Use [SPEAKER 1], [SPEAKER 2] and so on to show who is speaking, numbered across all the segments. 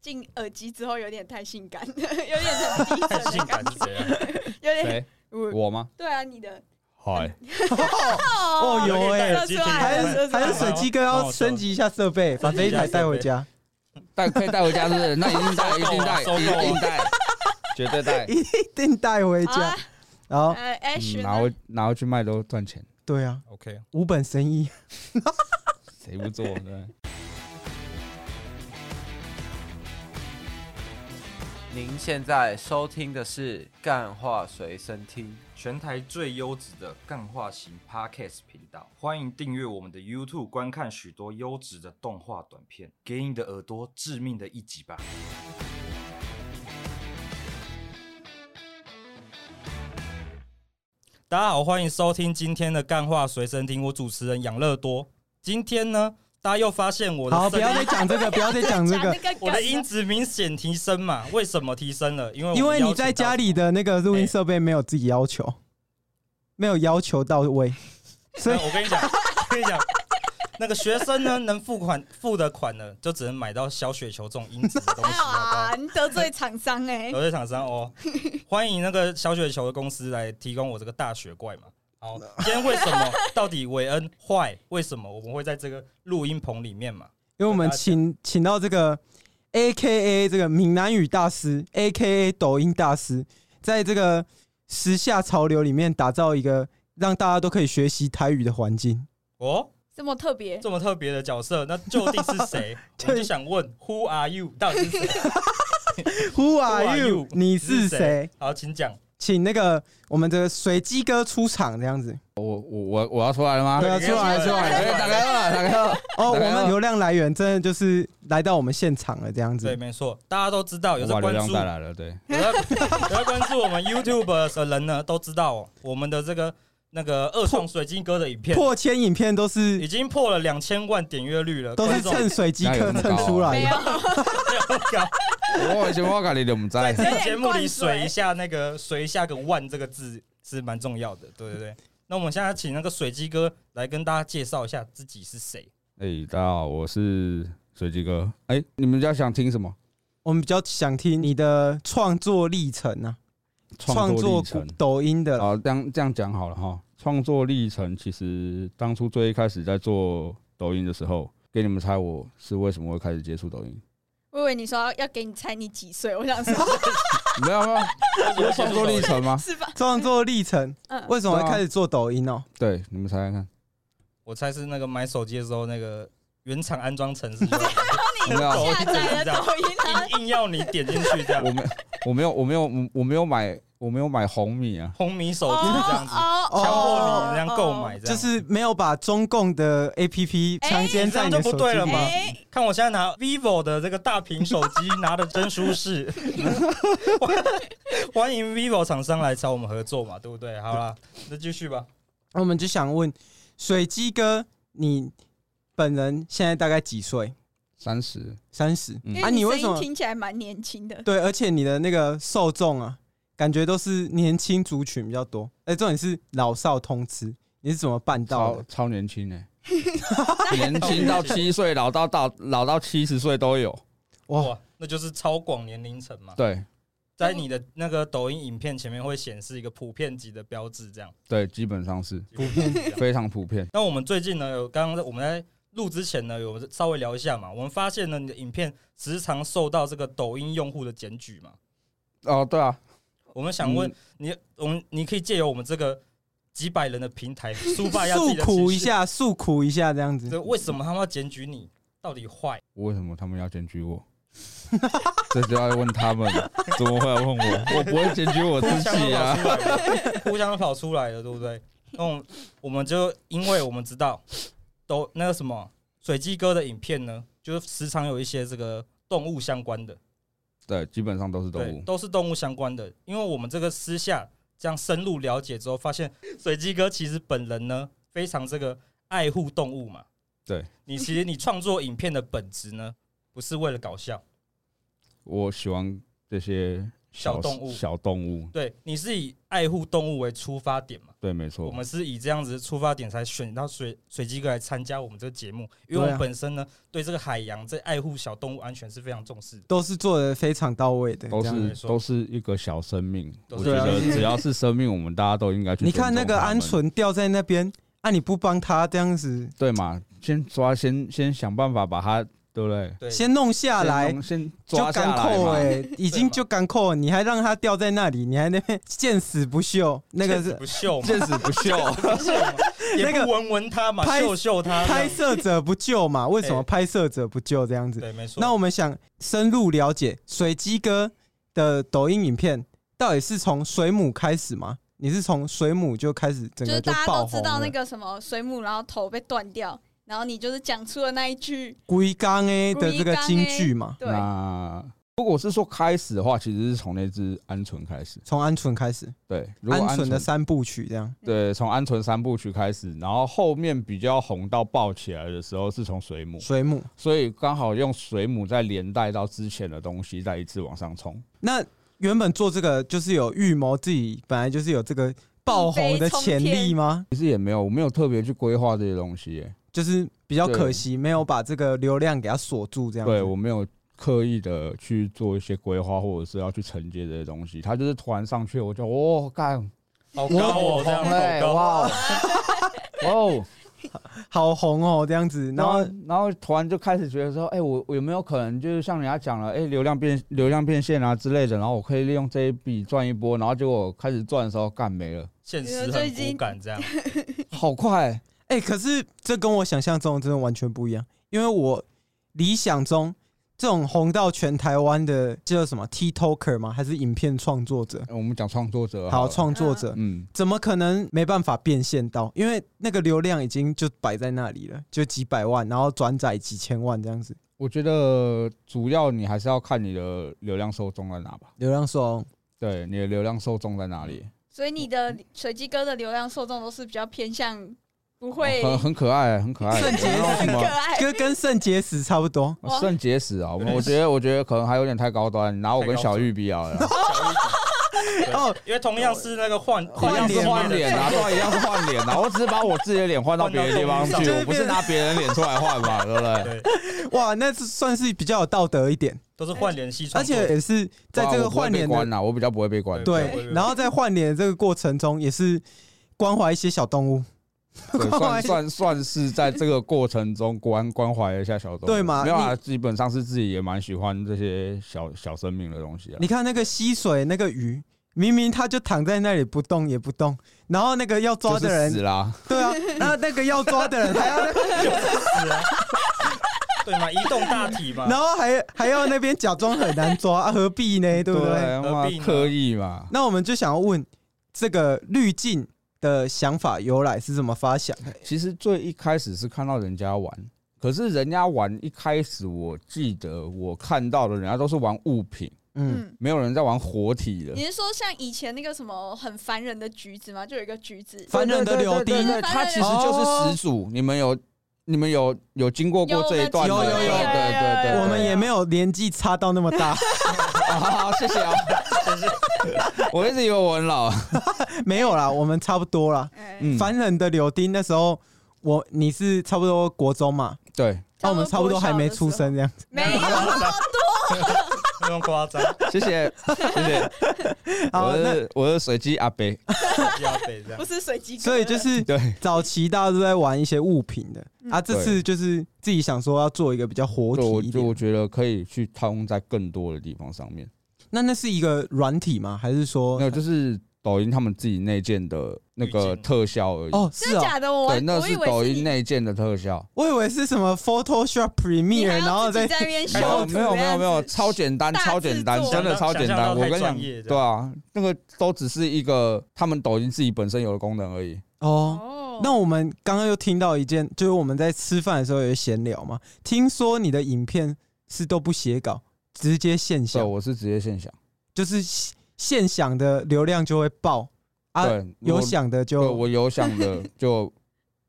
[SPEAKER 1] 进耳机之后有点太性感，有 点很低沉
[SPEAKER 2] 性
[SPEAKER 1] 的
[SPEAKER 2] 感
[SPEAKER 1] 感
[SPEAKER 2] 是
[SPEAKER 1] 觉，
[SPEAKER 2] 怎样？
[SPEAKER 1] 有
[SPEAKER 3] 哎
[SPEAKER 1] 点
[SPEAKER 4] 谁？
[SPEAKER 1] 我
[SPEAKER 4] 我吗？
[SPEAKER 1] 对啊，你的
[SPEAKER 4] 嗨，
[SPEAKER 1] 哦
[SPEAKER 3] 哦有哎
[SPEAKER 1] 说出来
[SPEAKER 3] 还
[SPEAKER 1] 了，说
[SPEAKER 3] 是
[SPEAKER 1] 出来
[SPEAKER 3] 还
[SPEAKER 1] 了
[SPEAKER 3] 是水鸡哥要升级一下设备，把这一台带回家，
[SPEAKER 4] 带可以带回家是不是？那一定 带，一定带，
[SPEAKER 2] 收购啊
[SPEAKER 4] 一定带， 绝对带。
[SPEAKER 3] 一定带回
[SPEAKER 1] 好
[SPEAKER 3] 家
[SPEAKER 1] 啊。
[SPEAKER 3] 然后
[SPEAKER 1] 呃，Ash 呢
[SPEAKER 4] 嗯拿回拿回去卖都赚钱，
[SPEAKER 3] 对啊，
[SPEAKER 2] OK，
[SPEAKER 3] 无本生意。
[SPEAKER 4] 谁不做？对。
[SPEAKER 5] 您现在收听的是《干话随身听》。
[SPEAKER 6] 全台最优质的干化型 Podcast 频道，欢迎订阅我们的 YouTube，观看许多优质的动画短片，给你的耳朵致命的一击吧！
[SPEAKER 2] 大家好，欢迎收听今天的干话随身听，我主持人养乐多。今天呢，大家又发现我
[SPEAKER 3] 好，
[SPEAKER 2] 的
[SPEAKER 3] 不
[SPEAKER 2] 声
[SPEAKER 3] 要再讲这个，不要再讲这
[SPEAKER 1] 讲
[SPEAKER 3] 个
[SPEAKER 1] 那，个
[SPEAKER 2] 我的
[SPEAKER 1] 梗
[SPEAKER 2] 音质明显提升嘛？为什么提升了？因为我
[SPEAKER 3] 因为
[SPEAKER 2] 邀
[SPEAKER 3] 你
[SPEAKER 2] 请
[SPEAKER 3] 在
[SPEAKER 2] 到
[SPEAKER 3] 家里的那个录音设备没有自己要求，没有要求到位，所以
[SPEAKER 2] 那我跟你讲，我跟你讲，那个学生呢，能付款付的款呢，就只能买到小雪球这种音质的东
[SPEAKER 1] 还
[SPEAKER 2] 西，
[SPEAKER 1] 好
[SPEAKER 2] 好不好
[SPEAKER 1] 啊，？你得罪厂商哎
[SPEAKER 2] 有，些厂商哦，欢迎那个小雪球的公司来提供我这个大雪怪嘛。好，今天为什么到底韦恩坏？为什么我们会在这个录音棚里面嘛？
[SPEAKER 3] 因为我们请请到这个 A K A 这个闽南语大师，A K A 抖音大师，在这个时下潮流里面打造一个让大家都可以学习台语的环境。
[SPEAKER 2] 哦，
[SPEAKER 1] 这么特别，
[SPEAKER 2] 这么特别的角色，那究竟是谁？
[SPEAKER 3] 对
[SPEAKER 2] 我就想问，Who are you？到底是谁？
[SPEAKER 3] Who
[SPEAKER 2] are
[SPEAKER 3] are
[SPEAKER 2] you？
[SPEAKER 3] you？你是谁？
[SPEAKER 2] 好，请讲。
[SPEAKER 3] 请那个我们的水鸡哥出场这样子。
[SPEAKER 4] 我我我我要出来了吗
[SPEAKER 3] 对？啊，
[SPEAKER 2] 你
[SPEAKER 3] 出
[SPEAKER 2] 要
[SPEAKER 3] 来
[SPEAKER 2] 出
[SPEAKER 3] 出
[SPEAKER 2] 来
[SPEAKER 3] 来。
[SPEAKER 4] 哎，打开了，打开了。
[SPEAKER 3] 哦，我
[SPEAKER 4] 来
[SPEAKER 3] 们流量来源真的就是来到我们现场了这样
[SPEAKER 2] 对，
[SPEAKER 3] 子。
[SPEAKER 2] 没错，大家都知 道，有
[SPEAKER 4] 我
[SPEAKER 2] 在
[SPEAKER 4] 把流
[SPEAKER 2] 关
[SPEAKER 4] 量
[SPEAKER 2] 注
[SPEAKER 4] 带来了，对。
[SPEAKER 2] 有在 有在关注我们 YouTube 的人呢，都知道、哦、我们的这个那个二创水晶哥的影片
[SPEAKER 3] 破千影片都是
[SPEAKER 2] 已经破了两千万点阅率了，
[SPEAKER 3] 都是
[SPEAKER 2] 观众
[SPEAKER 3] 趁水鸡
[SPEAKER 4] 哪有
[SPEAKER 3] 哥
[SPEAKER 4] 那么
[SPEAKER 3] 蹭
[SPEAKER 4] 高啊
[SPEAKER 3] 出来
[SPEAKER 1] 没有
[SPEAKER 3] 的。
[SPEAKER 4] 我以前我搞你都不在
[SPEAKER 2] 在。这个节目里水一下那个水一下个万这个字是蛮重要的，对对对。那我们现在请那个水鸡哥来跟大家介绍一下自己是谁。
[SPEAKER 4] 哎，大家好，我是水鸡哥。哎，你们家想听什么？
[SPEAKER 3] 我们比较想听你的创作历程啊，创
[SPEAKER 4] 作历
[SPEAKER 3] 作
[SPEAKER 4] 程。哦
[SPEAKER 3] 抖音的啦
[SPEAKER 4] 好，这样这样讲好了哈。创作历程其实当初最一开始在做抖音的时候，给你们猜我是为什么会开始接触抖音？
[SPEAKER 1] 我以为你说要给你猜你几岁，我 想说
[SPEAKER 4] 没有没有，有创作历程吗？
[SPEAKER 1] 是吧？
[SPEAKER 3] 创作历程，
[SPEAKER 1] 嗯，
[SPEAKER 3] 为什么会开始做抖音哦？
[SPEAKER 4] 对，你们猜猜看。
[SPEAKER 2] 我猜是那个买手机的时候那个原厂安装程式，
[SPEAKER 4] 我没有，啊
[SPEAKER 1] 下 载了抖音，啊然后
[SPEAKER 2] 硬硬要你点进去这样
[SPEAKER 4] 我，没 我没有我没有我没有买我没有买红米啊。
[SPEAKER 2] 红米手机这样子，
[SPEAKER 1] 哦
[SPEAKER 2] 强迫你这样购买，这
[SPEAKER 3] 就
[SPEAKER 2] 样。
[SPEAKER 3] 是没有把中共的 A P P
[SPEAKER 1] 哎
[SPEAKER 3] 强奸在你的手
[SPEAKER 2] 这样就不对了
[SPEAKER 3] 机
[SPEAKER 2] 嘛
[SPEAKER 3] 里。
[SPEAKER 1] 哎，
[SPEAKER 2] 看我现在拿 vivo 的这个大屏手机，拿的真 舒适。欢迎 vivo 厂商来找我们合作嘛，对不对？好啦，那继续吧。
[SPEAKER 3] 那我们就想问水鸡哥，你本人现在大概几岁？
[SPEAKER 4] 三十，
[SPEAKER 3] 三十
[SPEAKER 4] 嗯
[SPEAKER 3] 啊？
[SPEAKER 1] 因
[SPEAKER 3] 你为
[SPEAKER 1] 为
[SPEAKER 3] 什
[SPEAKER 1] 声音
[SPEAKER 3] 么？
[SPEAKER 1] 听起来蛮年轻的？
[SPEAKER 3] 对，而且你的那个受众啊，感觉都是年轻族群比较多，而重点是老少通吃，你是怎么办到
[SPEAKER 4] 超
[SPEAKER 3] 的？
[SPEAKER 4] 超年轻 呢、年轻到七岁，老到到老到七十岁都有。
[SPEAKER 3] 哇，
[SPEAKER 2] 哇，那就是超广年龄层嘛，
[SPEAKER 4] 对
[SPEAKER 2] 在你的那个抖音影片前面会显示一个普遍级的标志，这样
[SPEAKER 4] 对，基本上是
[SPEAKER 2] 普遍级。
[SPEAKER 4] 非常普遍。
[SPEAKER 2] 那我们最近呢，有刚刚在我们在录之前呢，有稍微聊一下嘛，我们发现呢，你的影片时常受到这个抖音用户的检举嘛。
[SPEAKER 4] 哦，对啊，
[SPEAKER 2] 我们想问
[SPEAKER 4] 嗯
[SPEAKER 2] 你，我们你可以借由我们这个几百人的 平台，抒发一下自
[SPEAKER 3] 诉
[SPEAKER 2] 己的
[SPEAKER 3] 苦
[SPEAKER 2] 情
[SPEAKER 3] 一
[SPEAKER 2] 绪
[SPEAKER 3] 下，诉苦一下这样子。
[SPEAKER 2] 这为什么他们要检举你？到底坏？
[SPEAKER 4] 为什么他们要检举 我？这就要问他们，怎么会来问我？我不会检举我自己 啊。
[SPEAKER 2] 互相都跑出来了，对不对？那我们我们就因为我们知道，都那个什么水鸡哥的影片呢，就是时常有一些这个动物相关的，
[SPEAKER 4] 对，基本上都是动
[SPEAKER 2] 对，
[SPEAKER 4] 物。
[SPEAKER 2] 都是动物相关的。因为我们这个私下这样深入了解之后，发现水鸡哥其实本人呢非常这个爱护动物嘛。
[SPEAKER 4] 对
[SPEAKER 2] 你，其实你创作影片的本质呢，不是为了搞笑，
[SPEAKER 4] 我喜欢这些
[SPEAKER 2] 小动物
[SPEAKER 4] 小动物，
[SPEAKER 2] 对，你是以爱护动物为出发点嘛？
[SPEAKER 4] 对，没
[SPEAKER 2] 我
[SPEAKER 4] 错，
[SPEAKER 2] 们是以这样子出发点才选到水水鸡哥来参加我们这个节目，
[SPEAKER 3] 对
[SPEAKER 2] 因为
[SPEAKER 3] 啊
[SPEAKER 2] 我们本身呢对这个海洋、这爱护小动物安全是非常重视的。
[SPEAKER 3] 都是做的非常到位的。
[SPEAKER 4] 都
[SPEAKER 3] 这样
[SPEAKER 2] 没
[SPEAKER 4] 是
[SPEAKER 2] 错
[SPEAKER 4] 都是一个小生命。
[SPEAKER 2] 都
[SPEAKER 4] 我
[SPEAKER 2] 是
[SPEAKER 4] 觉
[SPEAKER 3] 对啊
[SPEAKER 4] 得
[SPEAKER 3] 就是
[SPEAKER 4] 只要是生命，我们大家都应该去。
[SPEAKER 3] 你看那个鹌，鹑掉在那边，啊，你不帮他这样子，
[SPEAKER 4] 对嘛？先抓，先先想办法把它，对不对？
[SPEAKER 2] 对，
[SPEAKER 3] 先弄下来
[SPEAKER 4] 先。弄先
[SPEAKER 3] 就
[SPEAKER 4] 抓
[SPEAKER 3] 干
[SPEAKER 4] 下来
[SPEAKER 3] 扣
[SPEAKER 4] 嘛。
[SPEAKER 3] 哎， 已经就干扣，你还让它掉在那里，你还那边 见死不救，那个是
[SPEAKER 2] 不 秀嘛，
[SPEAKER 4] 见死不救，
[SPEAKER 2] 也
[SPEAKER 3] 那个
[SPEAKER 2] 不闻闻它嘛，
[SPEAKER 3] 拍
[SPEAKER 2] 秀秀它这样。
[SPEAKER 3] 拍摄者不救嘛？为什么
[SPEAKER 2] 哎
[SPEAKER 3] 拍摄者不救这样子？
[SPEAKER 2] 对，没错。
[SPEAKER 3] 那我们想深入了解水鸡哥的抖音影片，到底是从水母开始吗？你是从水母就开始整
[SPEAKER 1] 就
[SPEAKER 3] 个
[SPEAKER 1] 是大家
[SPEAKER 3] 爆
[SPEAKER 1] 都
[SPEAKER 3] 红
[SPEAKER 1] 知道
[SPEAKER 3] 了
[SPEAKER 1] 那？个什么水母，然后头被断掉，然后你就是讲出了那一句，
[SPEAKER 3] 龟缸哎的这个金句嘛，
[SPEAKER 1] 对，
[SPEAKER 4] 那如果是说开始的话，其实是从那只鹌鹑开始。
[SPEAKER 3] 从鹌鹑开始，
[SPEAKER 4] 对，如果
[SPEAKER 3] 鹌鹑
[SPEAKER 4] 鹌
[SPEAKER 3] 的
[SPEAKER 4] 鹑
[SPEAKER 3] 三部曲这样。
[SPEAKER 4] 对，从鹌鹑三部曲开始，然后后面比较红到爆起来的时候是从水母，
[SPEAKER 3] 水母，
[SPEAKER 4] 所以刚好用水母再连带到之前的东西，再一次往上冲。
[SPEAKER 3] 那原本做这个就是有预谋，自己本来就是有这个爆红的潜力吗？
[SPEAKER 4] 其实也没有，我没有特别去规划这些东西耶、
[SPEAKER 3] 就是比较可惜，没有把这个流量给它锁住，这样子。
[SPEAKER 4] 对我没有刻意的去做一些规划，或者是要去承接这些东西，它就是突然上去，我就哦干，
[SPEAKER 2] 好高哦，这样
[SPEAKER 4] 红嘞，
[SPEAKER 2] 好高。
[SPEAKER 4] 哇哦，哇 哦，
[SPEAKER 3] 好红哦，这样子。然
[SPEAKER 4] 然
[SPEAKER 3] 后
[SPEAKER 4] 后，然后突然就开始觉得说，哎、我我有没有可能就是像人家讲了，哎、流量变流量变现啊之类的，然后我可以利用这一笔赚一波，然后结果开始赚的时候干没了，
[SPEAKER 2] 现
[SPEAKER 1] 觉
[SPEAKER 2] 实
[SPEAKER 1] 得最
[SPEAKER 2] 很骨
[SPEAKER 1] 近
[SPEAKER 2] 感这样。
[SPEAKER 4] 好快、
[SPEAKER 3] 哎、可是这跟我想象中真的完全不一样，因为我理想中这种红到全台湾的叫什么 TikToker 吗？还是影片创作者？
[SPEAKER 4] 我们讲创作者好
[SPEAKER 3] 好，
[SPEAKER 4] 了，
[SPEAKER 3] 创作者
[SPEAKER 4] 嗯，
[SPEAKER 3] 怎么可能没办法变现到？因为那个流量已经就摆在那里了，就几百万，然后转载几千万这样子。
[SPEAKER 4] 我觉得主要你还是要看你的流量受众在哪吧，
[SPEAKER 3] 流量说
[SPEAKER 4] 对，你的流量受众在哪里，
[SPEAKER 1] 所以你的水鸡哥的流量受众都是比较偏向不会
[SPEAKER 3] 哦
[SPEAKER 4] 很很可爱，很可爱，
[SPEAKER 3] 圣洁
[SPEAKER 4] 然后什
[SPEAKER 1] 可
[SPEAKER 4] 么
[SPEAKER 1] 爱，
[SPEAKER 3] 跟跟肾结石差不多，
[SPEAKER 1] 哇
[SPEAKER 4] 肾结石啊，我我觉得我觉得可能还有点太高端，拿我跟小玉比 好了。
[SPEAKER 2] 小一点
[SPEAKER 3] 哦
[SPEAKER 2] 对因为同样是那个换
[SPEAKER 4] 一样是换脸 啊，
[SPEAKER 2] 嘛
[SPEAKER 4] 对，一样是换脸啊。我只是把我自己的脸换到别的地方
[SPEAKER 3] 换
[SPEAKER 4] 去，
[SPEAKER 3] 到
[SPEAKER 4] 我不是拿别人脸出来换 嘛，对不对？
[SPEAKER 2] 对，
[SPEAKER 3] 哇，那是算是比较有道德一点，
[SPEAKER 2] 都是换脸系
[SPEAKER 3] 而
[SPEAKER 2] 创作
[SPEAKER 3] 且
[SPEAKER 2] 者，
[SPEAKER 3] 也是在这个换脸
[SPEAKER 4] 我不会被关
[SPEAKER 3] 的
[SPEAKER 4] 啦，我比较不会被关。
[SPEAKER 2] 对
[SPEAKER 3] 对
[SPEAKER 2] 对对，
[SPEAKER 3] 然后在换脸的这个过程中，也是关怀一些小动物，
[SPEAKER 4] 对算算算是在这个过程中关关怀一下小动物，
[SPEAKER 3] 对嘛
[SPEAKER 4] 没有啊，基本上是自己也蛮喜欢这些小小生命的东西啊
[SPEAKER 3] 你。看那个溪水那个鱼，明明它就躺在那里不动也不动，然后那个要抓的
[SPEAKER 4] 就是
[SPEAKER 3] 人，
[SPEAKER 4] 死啦，
[SPEAKER 3] 对啊，那那个要抓的人 还要，，
[SPEAKER 2] 是啊，对嘛，移动大体嘛
[SPEAKER 3] 然后还还要那边假装很难抓，啊何必 呢？对不啊对？
[SPEAKER 4] 嘛
[SPEAKER 2] 何必呢
[SPEAKER 4] 啊刻意嘛，
[SPEAKER 3] 那我们就想要问，这个滤镜的想法由来是怎么发想的？
[SPEAKER 4] 其实最一开始是看到人家玩，可是人家玩一开始我记得我看到的人家都是玩物品，
[SPEAKER 3] 嗯，
[SPEAKER 1] 嗯，
[SPEAKER 4] 没有人在玩活体的。
[SPEAKER 1] 你是说像以前那个什么很烦人的橘子吗？就有一个橘子，
[SPEAKER 3] 烦人的柳丁
[SPEAKER 4] 对对对对对它其实就是始祖。你们有你们有有经过过这一段的？
[SPEAKER 1] 有
[SPEAKER 3] 有有有
[SPEAKER 4] 对对对，对
[SPEAKER 3] 我们也没有年纪差到那么 大，
[SPEAKER 4] 啊好，谢 谢啊。我一直以为我很老，啊
[SPEAKER 3] 没有 啦，我们差不多啦。
[SPEAKER 1] 哎
[SPEAKER 4] 嗯，
[SPEAKER 3] 凡人的柳丁那时候，我你是差不多国中嘛，哦
[SPEAKER 4] 对，
[SPEAKER 3] 那、我们差不多还没出，生这样。
[SPEAKER 1] 没有，
[SPEAKER 2] 那么夸张，
[SPEAKER 4] 谢谢谢 谢。
[SPEAKER 3] 好，
[SPEAKER 4] 我
[SPEAKER 3] 那
[SPEAKER 4] 是我是随机阿北，
[SPEAKER 2] 要被这 样
[SPEAKER 1] 不。是随机，
[SPEAKER 3] 所以就是
[SPEAKER 4] 对
[SPEAKER 3] 早期大家都在玩一些物品的
[SPEAKER 1] 嗯
[SPEAKER 3] 啊，这次就是自己想说要做一个比较活
[SPEAKER 4] 就我
[SPEAKER 3] 体一
[SPEAKER 4] 就
[SPEAKER 3] 点
[SPEAKER 4] 我。觉得可以去套用在更多的地方上面。
[SPEAKER 3] 那那是一个软体吗？还是说
[SPEAKER 4] 没有，就是抖音他们自己内建的那
[SPEAKER 2] 滤
[SPEAKER 4] 个
[SPEAKER 2] 镜
[SPEAKER 4] 特效而已。
[SPEAKER 3] 哦
[SPEAKER 1] 真
[SPEAKER 3] 是
[SPEAKER 1] 的
[SPEAKER 3] 哦，
[SPEAKER 1] 假的？我
[SPEAKER 4] 对，那
[SPEAKER 1] 我以
[SPEAKER 4] 是
[SPEAKER 1] 为
[SPEAKER 4] 抖音
[SPEAKER 1] 你，
[SPEAKER 4] 内建的特效。
[SPEAKER 3] 我以为是什么 Photoshop
[SPEAKER 1] 你
[SPEAKER 3] Premiere，
[SPEAKER 1] 还要
[SPEAKER 3] 然后
[SPEAKER 1] 自己
[SPEAKER 3] 再
[SPEAKER 1] 在那边 修
[SPEAKER 4] 没有
[SPEAKER 1] 图
[SPEAKER 4] 哎哦没有没有没有，
[SPEAKER 1] 这样子
[SPEAKER 4] 超简单，
[SPEAKER 1] 大
[SPEAKER 4] 超简单
[SPEAKER 1] 制，作
[SPEAKER 4] 真的超简
[SPEAKER 2] 想
[SPEAKER 4] 单。
[SPEAKER 2] 象
[SPEAKER 4] 我
[SPEAKER 2] 到
[SPEAKER 4] 跟
[SPEAKER 2] 太
[SPEAKER 4] 你讲
[SPEAKER 2] 专业，这
[SPEAKER 4] 对
[SPEAKER 2] 样
[SPEAKER 4] 啊，那个都只是一个他们抖音自己本身有的功能而已。
[SPEAKER 3] 哦。
[SPEAKER 1] 哦
[SPEAKER 3] 那我们刚刚又听到一件，就是我们在吃饭的时候有闲聊嘛，听说你的影片是都不写稿，直接现
[SPEAKER 4] 对，
[SPEAKER 3] 想，
[SPEAKER 4] 我是直接现想。
[SPEAKER 3] 就是现现想的流量就会爆啊，
[SPEAKER 4] 对，
[SPEAKER 3] 有
[SPEAKER 4] 我
[SPEAKER 3] 想的
[SPEAKER 4] 对
[SPEAKER 3] 就，
[SPEAKER 4] 我有想的就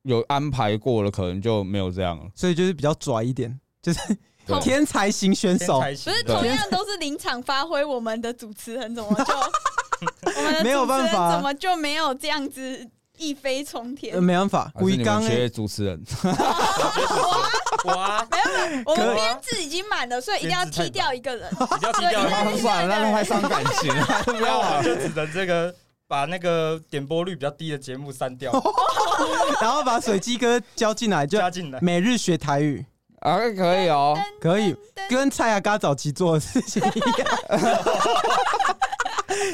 [SPEAKER 4] 有安排过了，可能就没有这样了。
[SPEAKER 3] 所以就是比较拽一点，就是
[SPEAKER 4] 哦
[SPEAKER 1] 同
[SPEAKER 3] 天才型选
[SPEAKER 2] 天
[SPEAKER 3] 手，
[SPEAKER 2] 才型
[SPEAKER 1] 不是
[SPEAKER 2] 的
[SPEAKER 1] 同样都是临场发挥，我们的主持人怎么 就我们的
[SPEAKER 3] 没有办法
[SPEAKER 1] 主持人怎么就没有这样子一飞冲天
[SPEAKER 3] 呃？没办法，
[SPEAKER 4] 还是
[SPEAKER 3] 龟
[SPEAKER 4] 你
[SPEAKER 3] 刚
[SPEAKER 4] 们
[SPEAKER 3] 欸
[SPEAKER 4] 缺主持人，
[SPEAKER 2] 哇，
[SPEAKER 1] 我
[SPEAKER 3] 可
[SPEAKER 1] 们编制已经满了，所以一定要
[SPEAKER 2] 编制太
[SPEAKER 1] 踢掉一个人。
[SPEAKER 2] 比较低
[SPEAKER 1] 对
[SPEAKER 2] 调
[SPEAKER 1] 因为
[SPEAKER 2] 的，
[SPEAKER 4] 算了，那太伤感情了，不
[SPEAKER 2] 那
[SPEAKER 4] 要
[SPEAKER 2] 啊我们
[SPEAKER 4] 了。
[SPEAKER 2] 就只能这个把那个点播率比较低的节目删掉，
[SPEAKER 3] 然后把水鸡哥教进来，就
[SPEAKER 2] 加进来。
[SPEAKER 3] 每日学台语，
[SPEAKER 4] 啊，可以哦，
[SPEAKER 3] 可以
[SPEAKER 1] 噔噔
[SPEAKER 3] 跟蔡雅嘎早期做的事情一样。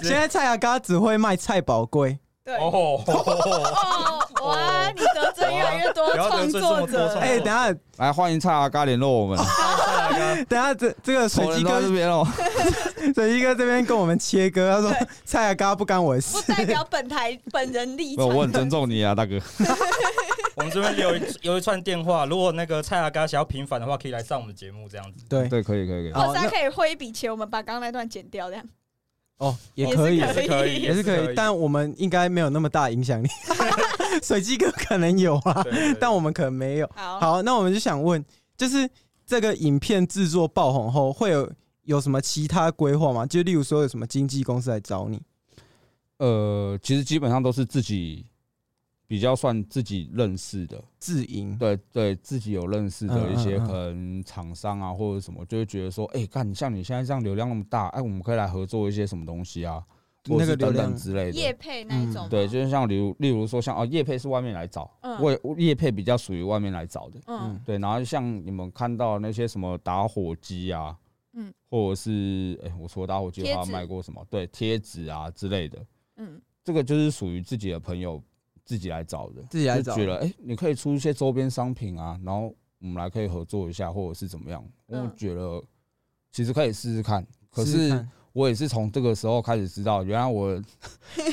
[SPEAKER 3] 现在蔡雅嘎只会卖菜宝贵，
[SPEAKER 1] 对哦，
[SPEAKER 2] 哦，
[SPEAKER 1] 哇，你得罪越来越多
[SPEAKER 2] 不要
[SPEAKER 1] 创
[SPEAKER 2] 得罪这么
[SPEAKER 1] 作
[SPEAKER 2] 多
[SPEAKER 1] 者
[SPEAKER 2] 创。
[SPEAKER 3] 哎、等一下
[SPEAKER 4] 来欢迎蔡阿嘎联络我们，
[SPEAKER 3] 等一下，这这个水
[SPEAKER 4] 仇人
[SPEAKER 3] 鸡
[SPEAKER 4] 都在这
[SPEAKER 3] 哥，
[SPEAKER 4] 边哦。
[SPEAKER 3] 水鸡哥这边跟我们切割，他说
[SPEAKER 1] 对
[SPEAKER 3] 蔡雅嘎不干我的事
[SPEAKER 1] 不，代表本台 本人立
[SPEAKER 4] 没
[SPEAKER 1] 场。
[SPEAKER 4] 有，我很尊重你啊，大哥。
[SPEAKER 2] 我们这边有一有一串电话，如果那个蔡阿嘎想要平反的话，可以来上我们节目这样子。
[SPEAKER 3] 对，
[SPEAKER 4] 对，可以，可以，可以。
[SPEAKER 1] 或者
[SPEAKER 3] 哎好那
[SPEAKER 1] 他可以挥一笔钱，我们把刚刚那段剪掉，这样
[SPEAKER 3] 哦，也
[SPEAKER 1] 是
[SPEAKER 3] 可以，
[SPEAKER 2] 也是 可以，
[SPEAKER 3] 也是可以，但我们应该没有那么大影响力。水鸡哥可能有啊，
[SPEAKER 2] 对对对
[SPEAKER 3] 但我们可能没有。
[SPEAKER 1] 好。
[SPEAKER 3] 好，那我们就想问，就是这个影片制作爆红后，会有有什么其他规划吗？就例如说，有什么经纪公司来找你？
[SPEAKER 4] 呃，其实基本上都是自己比较算自己认识的，
[SPEAKER 3] 自营
[SPEAKER 4] 对对，自己有认识的
[SPEAKER 3] 嗯
[SPEAKER 4] 一些
[SPEAKER 3] 嗯嗯
[SPEAKER 4] 可能厂商啊或者什么，就会觉得说，哎，看你像你现在这样流量那么大，哎，我们可以来合作一些什么东西啊，或者
[SPEAKER 3] 那个
[SPEAKER 4] 是
[SPEAKER 3] 流
[SPEAKER 4] 等
[SPEAKER 3] 量
[SPEAKER 4] 等，之类
[SPEAKER 1] 叶
[SPEAKER 4] 的。
[SPEAKER 1] 配那一种
[SPEAKER 3] 嗯
[SPEAKER 1] 吗，
[SPEAKER 4] 对，就是像例如例如说像哦，叶配是外面来找，
[SPEAKER 1] 嗯
[SPEAKER 4] 我我叶配比较属于外面来找的。
[SPEAKER 1] 嗯，
[SPEAKER 4] 对，然后像你们看到那些什么打火机啊，
[SPEAKER 1] 嗯
[SPEAKER 4] 嗯，或者是哎、我除了打火机的
[SPEAKER 1] 贴
[SPEAKER 4] 话，还
[SPEAKER 1] 纸
[SPEAKER 4] 有卖过什么？对，贴纸啊之类的，
[SPEAKER 1] 嗯，
[SPEAKER 4] 这个就是属于自己的朋友自己来找的，
[SPEAKER 3] 自己来
[SPEAKER 4] 就
[SPEAKER 3] 找
[SPEAKER 4] 觉得哎、你可以出一些周边商品啊，然后我们来可以合作一下，或者是怎么样？我
[SPEAKER 1] 嗯
[SPEAKER 4] 觉得其实可以试试看，可
[SPEAKER 3] 试试
[SPEAKER 4] 是
[SPEAKER 3] 看
[SPEAKER 4] 我也是从这个时候开始知道，原 来我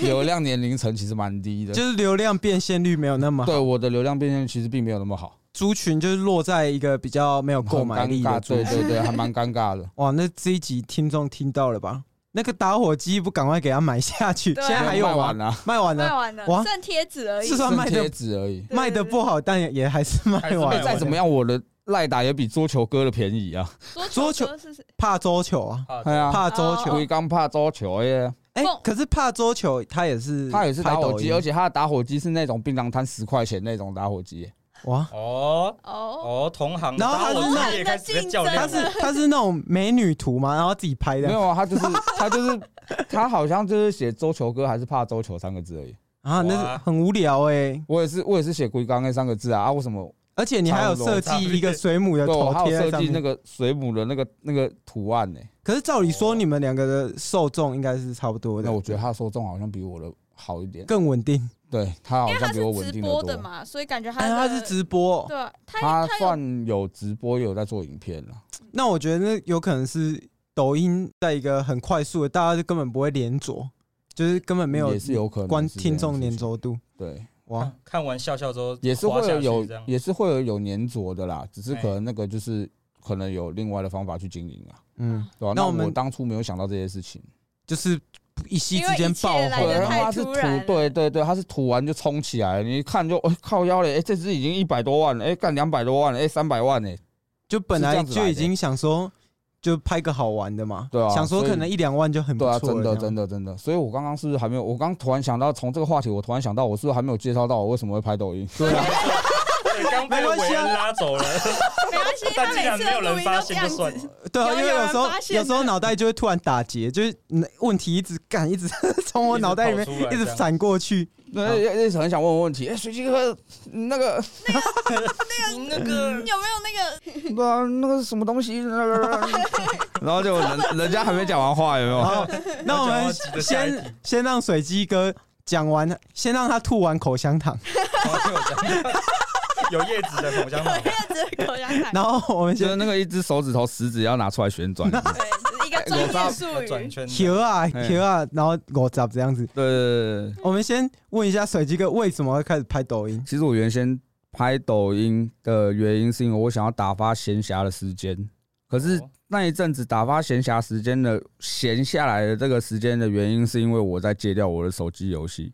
[SPEAKER 4] 流量年龄层其实蛮低的，
[SPEAKER 3] 就是流量变现率没有那么好，
[SPEAKER 4] 对我的流量变现其实并没有那么好，
[SPEAKER 3] 族群就是落在一个比较没有购
[SPEAKER 4] 很
[SPEAKER 3] 买力
[SPEAKER 4] 尴
[SPEAKER 3] 的
[SPEAKER 4] 尬，
[SPEAKER 3] 族
[SPEAKER 4] 对
[SPEAKER 3] 群。
[SPEAKER 4] 对对，还蛮尴尬的。
[SPEAKER 3] 哇，那这一集听众听到了吧？那个打火机不赶快给他买下去，
[SPEAKER 1] 对啊
[SPEAKER 3] 现在还有
[SPEAKER 4] 卖
[SPEAKER 3] 吗
[SPEAKER 4] 完？ 了、
[SPEAKER 3] 卖完
[SPEAKER 1] 卖
[SPEAKER 3] 了，
[SPEAKER 1] 完了
[SPEAKER 3] 哇，
[SPEAKER 1] 剩贴纸而已
[SPEAKER 3] 是。算卖
[SPEAKER 4] 剩
[SPEAKER 3] 的
[SPEAKER 4] 贴纸而已。
[SPEAKER 1] 对
[SPEAKER 3] 卖的不，好，但也也还是卖
[SPEAKER 2] 还是卖
[SPEAKER 3] 完
[SPEAKER 2] 完
[SPEAKER 3] 了。
[SPEAKER 4] 再怎么样，我的赖打也比桌球哥的便宜啊！
[SPEAKER 1] 对对桌
[SPEAKER 3] 桌球
[SPEAKER 1] 球哥是谁
[SPEAKER 3] 怕桌球啊，
[SPEAKER 2] 啊
[SPEAKER 4] 哎呀，
[SPEAKER 3] 怕桌球
[SPEAKER 1] 哦
[SPEAKER 4] 龟。刚怕桌球耶，
[SPEAKER 3] 哎、
[SPEAKER 1] 凤
[SPEAKER 3] 可是怕桌球，他也是
[SPEAKER 4] 他也是打火机，
[SPEAKER 3] 拍抖
[SPEAKER 4] 而
[SPEAKER 3] 音
[SPEAKER 4] 且他的打火机是那种槟榔摊十块钱那种打火机。
[SPEAKER 3] 哇，
[SPEAKER 2] 哦
[SPEAKER 1] 哦，
[SPEAKER 2] 哦，同行，
[SPEAKER 3] 然后他
[SPEAKER 2] 打
[SPEAKER 3] 是
[SPEAKER 2] 火
[SPEAKER 1] 那
[SPEAKER 2] 机也开始在较
[SPEAKER 3] 他
[SPEAKER 2] 量
[SPEAKER 1] 竞争
[SPEAKER 3] 是
[SPEAKER 2] 了，
[SPEAKER 3] 他是那种美女图嘛，然后自己拍
[SPEAKER 4] 没
[SPEAKER 3] 的
[SPEAKER 4] 有啊，他就是 他就是他好像就是写桌球哥还是怕桌球三个字而已。
[SPEAKER 3] 啊，那
[SPEAKER 2] 哇
[SPEAKER 3] 是很无聊哎、
[SPEAKER 4] 我也是我也是写龟刚那三个字啊啊！为什么？
[SPEAKER 3] 而且你还有设
[SPEAKER 2] 差不
[SPEAKER 3] 计
[SPEAKER 2] 多
[SPEAKER 3] 一个水母的
[SPEAKER 4] 对，我
[SPEAKER 3] 头
[SPEAKER 4] 还
[SPEAKER 3] 贴
[SPEAKER 4] 有
[SPEAKER 3] 在
[SPEAKER 4] 设
[SPEAKER 3] 上
[SPEAKER 4] 计那
[SPEAKER 3] 面。
[SPEAKER 4] 个水母的那个那个图案呢。
[SPEAKER 3] 可是照理说，你们两个的受众应该是差不多的。
[SPEAKER 4] 那我觉得他的受众好像比我的好一点，
[SPEAKER 3] 更稳定。
[SPEAKER 4] 对他好
[SPEAKER 1] 因为
[SPEAKER 4] 像
[SPEAKER 1] 他
[SPEAKER 4] 比我
[SPEAKER 1] 是
[SPEAKER 4] 稳
[SPEAKER 1] 直
[SPEAKER 4] 定
[SPEAKER 1] 播
[SPEAKER 4] 的
[SPEAKER 1] 的
[SPEAKER 4] 多。
[SPEAKER 1] 嘛，所以感觉他
[SPEAKER 3] 哦哎，
[SPEAKER 1] 的
[SPEAKER 3] 他是直播，
[SPEAKER 1] 对啊，他
[SPEAKER 4] 他
[SPEAKER 1] 他有
[SPEAKER 4] 算有直播，也有在做影片了。
[SPEAKER 3] 那我觉得那有可能是抖音在一个很快速的，大家就根本不会连着，就是根本没有
[SPEAKER 4] 也是有可能
[SPEAKER 3] 观
[SPEAKER 4] 是这样
[SPEAKER 3] 听众
[SPEAKER 4] 的事
[SPEAKER 3] 连
[SPEAKER 4] 情
[SPEAKER 3] 着度。
[SPEAKER 4] 对，
[SPEAKER 3] 哇，
[SPEAKER 2] 哦看完笑笑之后
[SPEAKER 4] 也是会
[SPEAKER 2] 滑下去
[SPEAKER 4] 有
[SPEAKER 2] 这样
[SPEAKER 4] 也是会有有粘着的啦，只是
[SPEAKER 2] 哎
[SPEAKER 4] 可能那个就是可能有另外的方法去经营啊，
[SPEAKER 3] 嗯，
[SPEAKER 4] 对吧、
[SPEAKER 3] 那
[SPEAKER 4] 那
[SPEAKER 3] 我们
[SPEAKER 4] 我当初没有想到这些事情，
[SPEAKER 3] 就是一夕之
[SPEAKER 1] 因为
[SPEAKER 3] 间
[SPEAKER 1] 一切
[SPEAKER 3] 爆
[SPEAKER 1] 来
[SPEAKER 3] 红
[SPEAKER 1] 得
[SPEAKER 4] 对，
[SPEAKER 1] 太
[SPEAKER 4] 然后它是
[SPEAKER 1] 突
[SPEAKER 4] 涂
[SPEAKER 1] 然了，
[SPEAKER 4] 对对对，它是涂完就冲起来了，你一看就哎、靠腰嘞，哎、这只已经一百多万了，哎、干两百多万了，哎、三百万哎，
[SPEAKER 3] 就本
[SPEAKER 4] 是这
[SPEAKER 3] 来
[SPEAKER 4] 样子
[SPEAKER 3] 就
[SPEAKER 4] 来
[SPEAKER 3] 已
[SPEAKER 4] 的
[SPEAKER 3] 经想说，就拍个好玩的嘛，
[SPEAKER 4] 对啊
[SPEAKER 3] 想说
[SPEAKER 4] 所以
[SPEAKER 3] 可能一两万就很不
[SPEAKER 4] 对啊，
[SPEAKER 3] 错
[SPEAKER 4] 真的真
[SPEAKER 3] 的，
[SPEAKER 4] 的真的，所以我刚刚是不是还没有，我刚突然想到从这个话题，我突然想到我是不是还没有介绍到我为什么会拍抖音，
[SPEAKER 3] 对啊，
[SPEAKER 2] 对刚被
[SPEAKER 3] 没关
[SPEAKER 2] 韦
[SPEAKER 3] 系啊
[SPEAKER 2] 恩拉 走了，
[SPEAKER 1] 没关系，他
[SPEAKER 2] 但既
[SPEAKER 1] 每
[SPEAKER 2] 然
[SPEAKER 1] 次
[SPEAKER 2] 没有
[SPEAKER 1] 的录音
[SPEAKER 2] 人发
[SPEAKER 1] 都这
[SPEAKER 2] 现就
[SPEAKER 1] 样
[SPEAKER 2] 算
[SPEAKER 1] 子
[SPEAKER 2] 了，。
[SPEAKER 3] 对啊，
[SPEAKER 1] 有
[SPEAKER 3] 因为
[SPEAKER 1] 有
[SPEAKER 3] 有
[SPEAKER 1] 人
[SPEAKER 3] 时候
[SPEAKER 1] 发现
[SPEAKER 3] 有时候
[SPEAKER 1] 的
[SPEAKER 3] 脑袋就会突然打结，就是嗯问题一直干，一直从我
[SPEAKER 2] 一直
[SPEAKER 3] 脑 袋里面
[SPEAKER 2] 跑出来
[SPEAKER 3] 一直
[SPEAKER 2] 这样
[SPEAKER 3] 闪过去，
[SPEAKER 4] 那一直很想问问题，哎、水晶哥那个
[SPEAKER 2] 嗯那个
[SPEAKER 1] 你有没有那个
[SPEAKER 4] 对啊那个什么东 西，然后就人人家还没讲完话有没有？
[SPEAKER 3] 好，那我
[SPEAKER 2] 讲
[SPEAKER 3] 们
[SPEAKER 2] 到急着下一题
[SPEAKER 3] 先先让水鸡哥讲完，先让他吐完口香糖，
[SPEAKER 2] 哦有叶子的口香糖，
[SPEAKER 1] 叶子口香糖？
[SPEAKER 3] 然后我们
[SPEAKER 4] 就
[SPEAKER 3] 先
[SPEAKER 4] 是那个一只手指头食指要拿出来旋 转，对
[SPEAKER 1] 对，就是一个专业术
[SPEAKER 2] 要转
[SPEAKER 1] 语。
[SPEAKER 2] 圈的，
[SPEAKER 3] 球啊
[SPEAKER 4] 哎
[SPEAKER 3] 球啊，然后我咋这样子？
[SPEAKER 4] 对对对。
[SPEAKER 3] 我们先问一下水鸡哥为什么会开始拍抖音？
[SPEAKER 4] 其实我原先拍抖音的原因是因为我想要打发闲暇的时间，可是
[SPEAKER 2] 哦
[SPEAKER 4] 那一阵子打发闲暇时间的闲下来的这个时间的原因是因为我在戒掉我的手机游戏，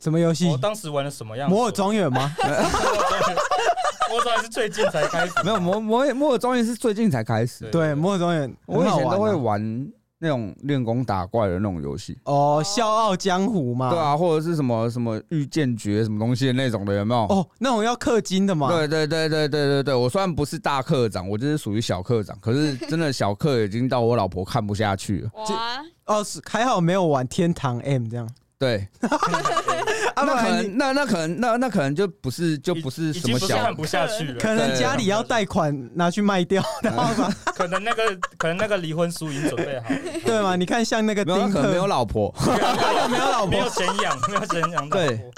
[SPEAKER 3] 什么游戏
[SPEAKER 2] 哦 我？当时玩的什么样？
[SPEAKER 3] 摩尔庄园吗？
[SPEAKER 2] 我说还是最近才开始，
[SPEAKER 4] 没有摩摩摩尔庄园是最近才开始，
[SPEAKER 3] 对，摩尔庄园，
[SPEAKER 4] 我以前
[SPEAKER 3] 很好
[SPEAKER 4] 都会
[SPEAKER 3] 玩啊
[SPEAKER 4] 玩那种练功打怪的那种游戏，
[SPEAKER 3] 哦，《笑傲江湖》嘛，
[SPEAKER 4] 对，啊，或者是什么什么御剑诀什么东西的那种的，有没有？
[SPEAKER 3] 哦，那种要氪金的嘛，
[SPEAKER 4] 对对对对对对对，我虽然不是大课长，我就是属于小课长，可是真的小课已经到我老婆看不下去了。
[SPEAKER 1] 哇，
[SPEAKER 3] 哦，是还好没有玩天堂 M 这样，
[SPEAKER 4] 对，
[SPEAKER 3] 啊，不
[SPEAKER 4] 那可
[SPEAKER 3] 然你
[SPEAKER 4] 能那那可能那那可能就不是就不是
[SPEAKER 2] 已
[SPEAKER 4] 什
[SPEAKER 2] 经
[SPEAKER 4] 么
[SPEAKER 2] 不是
[SPEAKER 4] 小
[SPEAKER 2] 看，不下去了，
[SPEAKER 3] 可能家里要贷款拿去卖掉，
[SPEAKER 2] 可能那个可能那个离婚书已经准备好了，
[SPEAKER 3] 对吗？你看像那个
[SPEAKER 4] 没有他
[SPEAKER 3] 丁
[SPEAKER 4] 可能没有
[SPEAKER 3] 克，
[SPEAKER 4] 老婆，
[SPEAKER 3] 没 有老
[SPEAKER 2] 没有
[SPEAKER 3] 婆，
[SPEAKER 2] 钱养，没有钱养老
[SPEAKER 4] 对
[SPEAKER 2] 婆，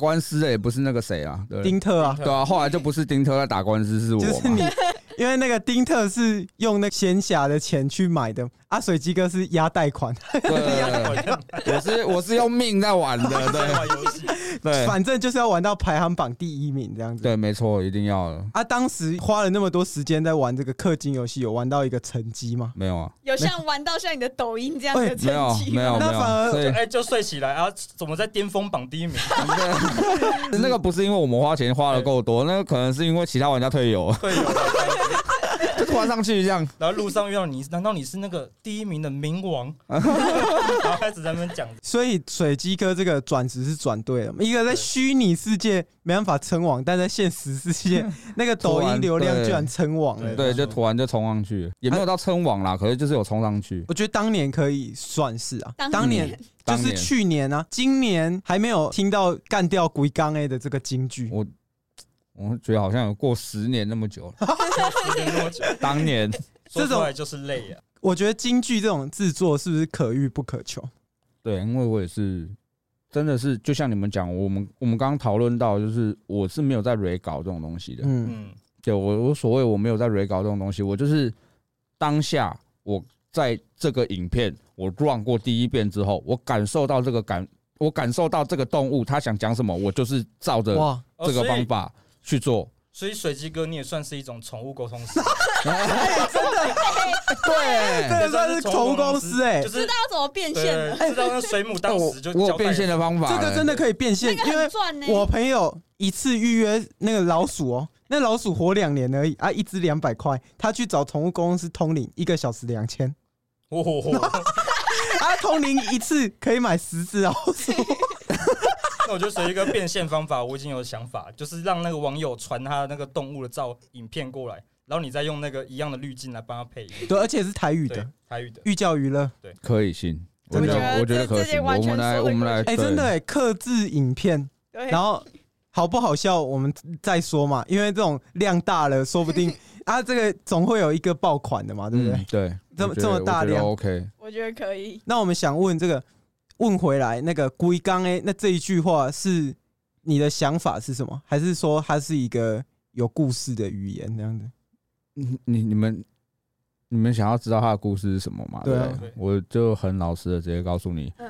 [SPEAKER 4] 官司的也不是那个谁啊，对
[SPEAKER 3] 丁特啊，
[SPEAKER 4] 对啊，后来就不是丁特在打官司，是我
[SPEAKER 3] 就是你
[SPEAKER 4] 嘛。，
[SPEAKER 3] 因为那个丁特是用那闲暇的钱去买的，阿水鸡哥是压贷款，
[SPEAKER 4] 对 对，对我是我是用命在玩的，对
[SPEAKER 2] 玩游戏，
[SPEAKER 4] 对
[SPEAKER 3] 反正就是要玩到排行榜第一名这样子。
[SPEAKER 4] 对，没错，一定要的。
[SPEAKER 3] 啊，当时花了那么多时间在玩这个氪金游戏，有玩到一个成绩吗？
[SPEAKER 4] 没有 啊，
[SPEAKER 1] 有像玩到像你的抖音这样的
[SPEAKER 4] 没有
[SPEAKER 1] 成绩
[SPEAKER 4] 没有啊
[SPEAKER 1] 吗
[SPEAKER 4] 没
[SPEAKER 3] 那反而
[SPEAKER 4] 有，所以
[SPEAKER 2] 哎，就睡起来啊，怎么在巅峰榜第一名？
[SPEAKER 4] 那个不是因为我们花钱花的够多，那个可能是因为其他玩家退游，
[SPEAKER 2] 对，有
[SPEAKER 4] 就突然上去这样。
[SPEAKER 2] 然后路上遇到你，难道你是那个第一名的冥王？然后开始在那边讲，
[SPEAKER 3] 所以水鸡哥这个转职是转对了嘛，一个在虚拟世界没办法称王，但在现实世界那个抖音流量居然称王欸了。
[SPEAKER 4] 对，就突然就冲上去，也没有到称王啦，可是就是有冲上去。
[SPEAKER 3] 我觉得当年可以算是啊，
[SPEAKER 1] 当
[SPEAKER 3] 当
[SPEAKER 4] 年
[SPEAKER 3] 年就
[SPEAKER 4] 当
[SPEAKER 3] 是
[SPEAKER 4] 年
[SPEAKER 3] 去年啊，今年还没有听到干掉鬼刚 A 的这个金句
[SPEAKER 4] 我。我觉得好像有过十年那么 久了，
[SPEAKER 2] 时间那么久，
[SPEAKER 4] 当年
[SPEAKER 2] 说出来就是累啊呀。
[SPEAKER 3] 我觉得京剧这种制作是不是可遇不可求？
[SPEAKER 4] 对，因为我也是，真的是就像你们讲，我们我们刚刚讨论到，就是我是没有在 re 搞这种东西的，
[SPEAKER 3] 嗯，
[SPEAKER 2] 嗯，
[SPEAKER 4] 对我我所谓我没有在 re 搞这种东西，我就是当下我在这个影片我 run 过第一遍之后，我感受到这个感，我感受到这个动物它想讲什么，我就是照着
[SPEAKER 3] 哇，
[SPEAKER 2] 哦
[SPEAKER 4] 这个
[SPEAKER 2] 所以
[SPEAKER 4] 方法去做。
[SPEAKER 2] 所以水鸡哥，你也算是一种宠物沟通师，
[SPEAKER 4] 对，
[SPEAKER 3] 这个算是宠物公司哎、
[SPEAKER 2] 就
[SPEAKER 1] 知
[SPEAKER 2] 是
[SPEAKER 1] 道怎么变现
[SPEAKER 2] 对，
[SPEAKER 1] 了，
[SPEAKER 2] 知道那水母当时就
[SPEAKER 4] 我
[SPEAKER 2] 交
[SPEAKER 4] 有
[SPEAKER 2] 代
[SPEAKER 4] 变现的方法
[SPEAKER 3] 这
[SPEAKER 4] 欸，
[SPEAKER 3] 个真的可以变现
[SPEAKER 1] 那，个
[SPEAKER 3] 因为
[SPEAKER 1] 很赚呢。
[SPEAKER 3] 我朋友一次预约那个老鼠哦，那老鼠活两年而已啊，一只两百块，他去找宠物公司通灵，一个小时 两千，
[SPEAKER 2] 哦，
[SPEAKER 3] 啊，通灵一次可以买十只老 鼠，
[SPEAKER 2] 那我觉得水鸡哥变现方法我已经有想法，就是让那个网友传他那个动物的照影片过来，然后你再用那个一样的滤镜来帮他配音，
[SPEAKER 3] 对，而且是台语
[SPEAKER 2] 对
[SPEAKER 3] 的，，
[SPEAKER 2] 台语的。
[SPEAKER 3] 寓教于乐，
[SPEAKER 4] 可以信。我
[SPEAKER 3] 真
[SPEAKER 4] 觉
[SPEAKER 3] 的
[SPEAKER 4] 得
[SPEAKER 1] 我
[SPEAKER 4] 我
[SPEAKER 1] 觉
[SPEAKER 4] 觉
[SPEAKER 1] 得
[SPEAKER 4] 得
[SPEAKER 1] 这
[SPEAKER 4] 可
[SPEAKER 1] 这
[SPEAKER 4] 以
[SPEAKER 1] 件
[SPEAKER 4] 信。
[SPEAKER 1] 完
[SPEAKER 4] 我
[SPEAKER 1] 全
[SPEAKER 4] 们来，
[SPEAKER 1] 说得
[SPEAKER 4] 我们来，
[SPEAKER 3] 哎、
[SPEAKER 4] 对
[SPEAKER 3] 真的哎，克制影片，
[SPEAKER 1] 对
[SPEAKER 3] 然后好不好笑我们再说嘛，因为这种量大了，说不 定啊，这个总会有一个爆款的嘛，对不对？
[SPEAKER 4] 嗯对，
[SPEAKER 3] 这
[SPEAKER 4] 我觉
[SPEAKER 3] 么
[SPEAKER 4] 得
[SPEAKER 3] 这么大
[SPEAKER 4] 我觉得
[SPEAKER 3] 量
[SPEAKER 4] OK，
[SPEAKER 1] 我觉得可以。
[SPEAKER 3] 那我们想问这个，问回来那个龟缸哎，那这一句话是你的想法是什么？还是说它是一个有故事的语言这样子？
[SPEAKER 4] 你嗯你你们你们想要知道他的故事是什么嘛？
[SPEAKER 3] 对
[SPEAKER 4] 对
[SPEAKER 3] 啊
[SPEAKER 4] 不对
[SPEAKER 2] 对
[SPEAKER 4] 我就很老实的直接告诉你，
[SPEAKER 1] 嗯，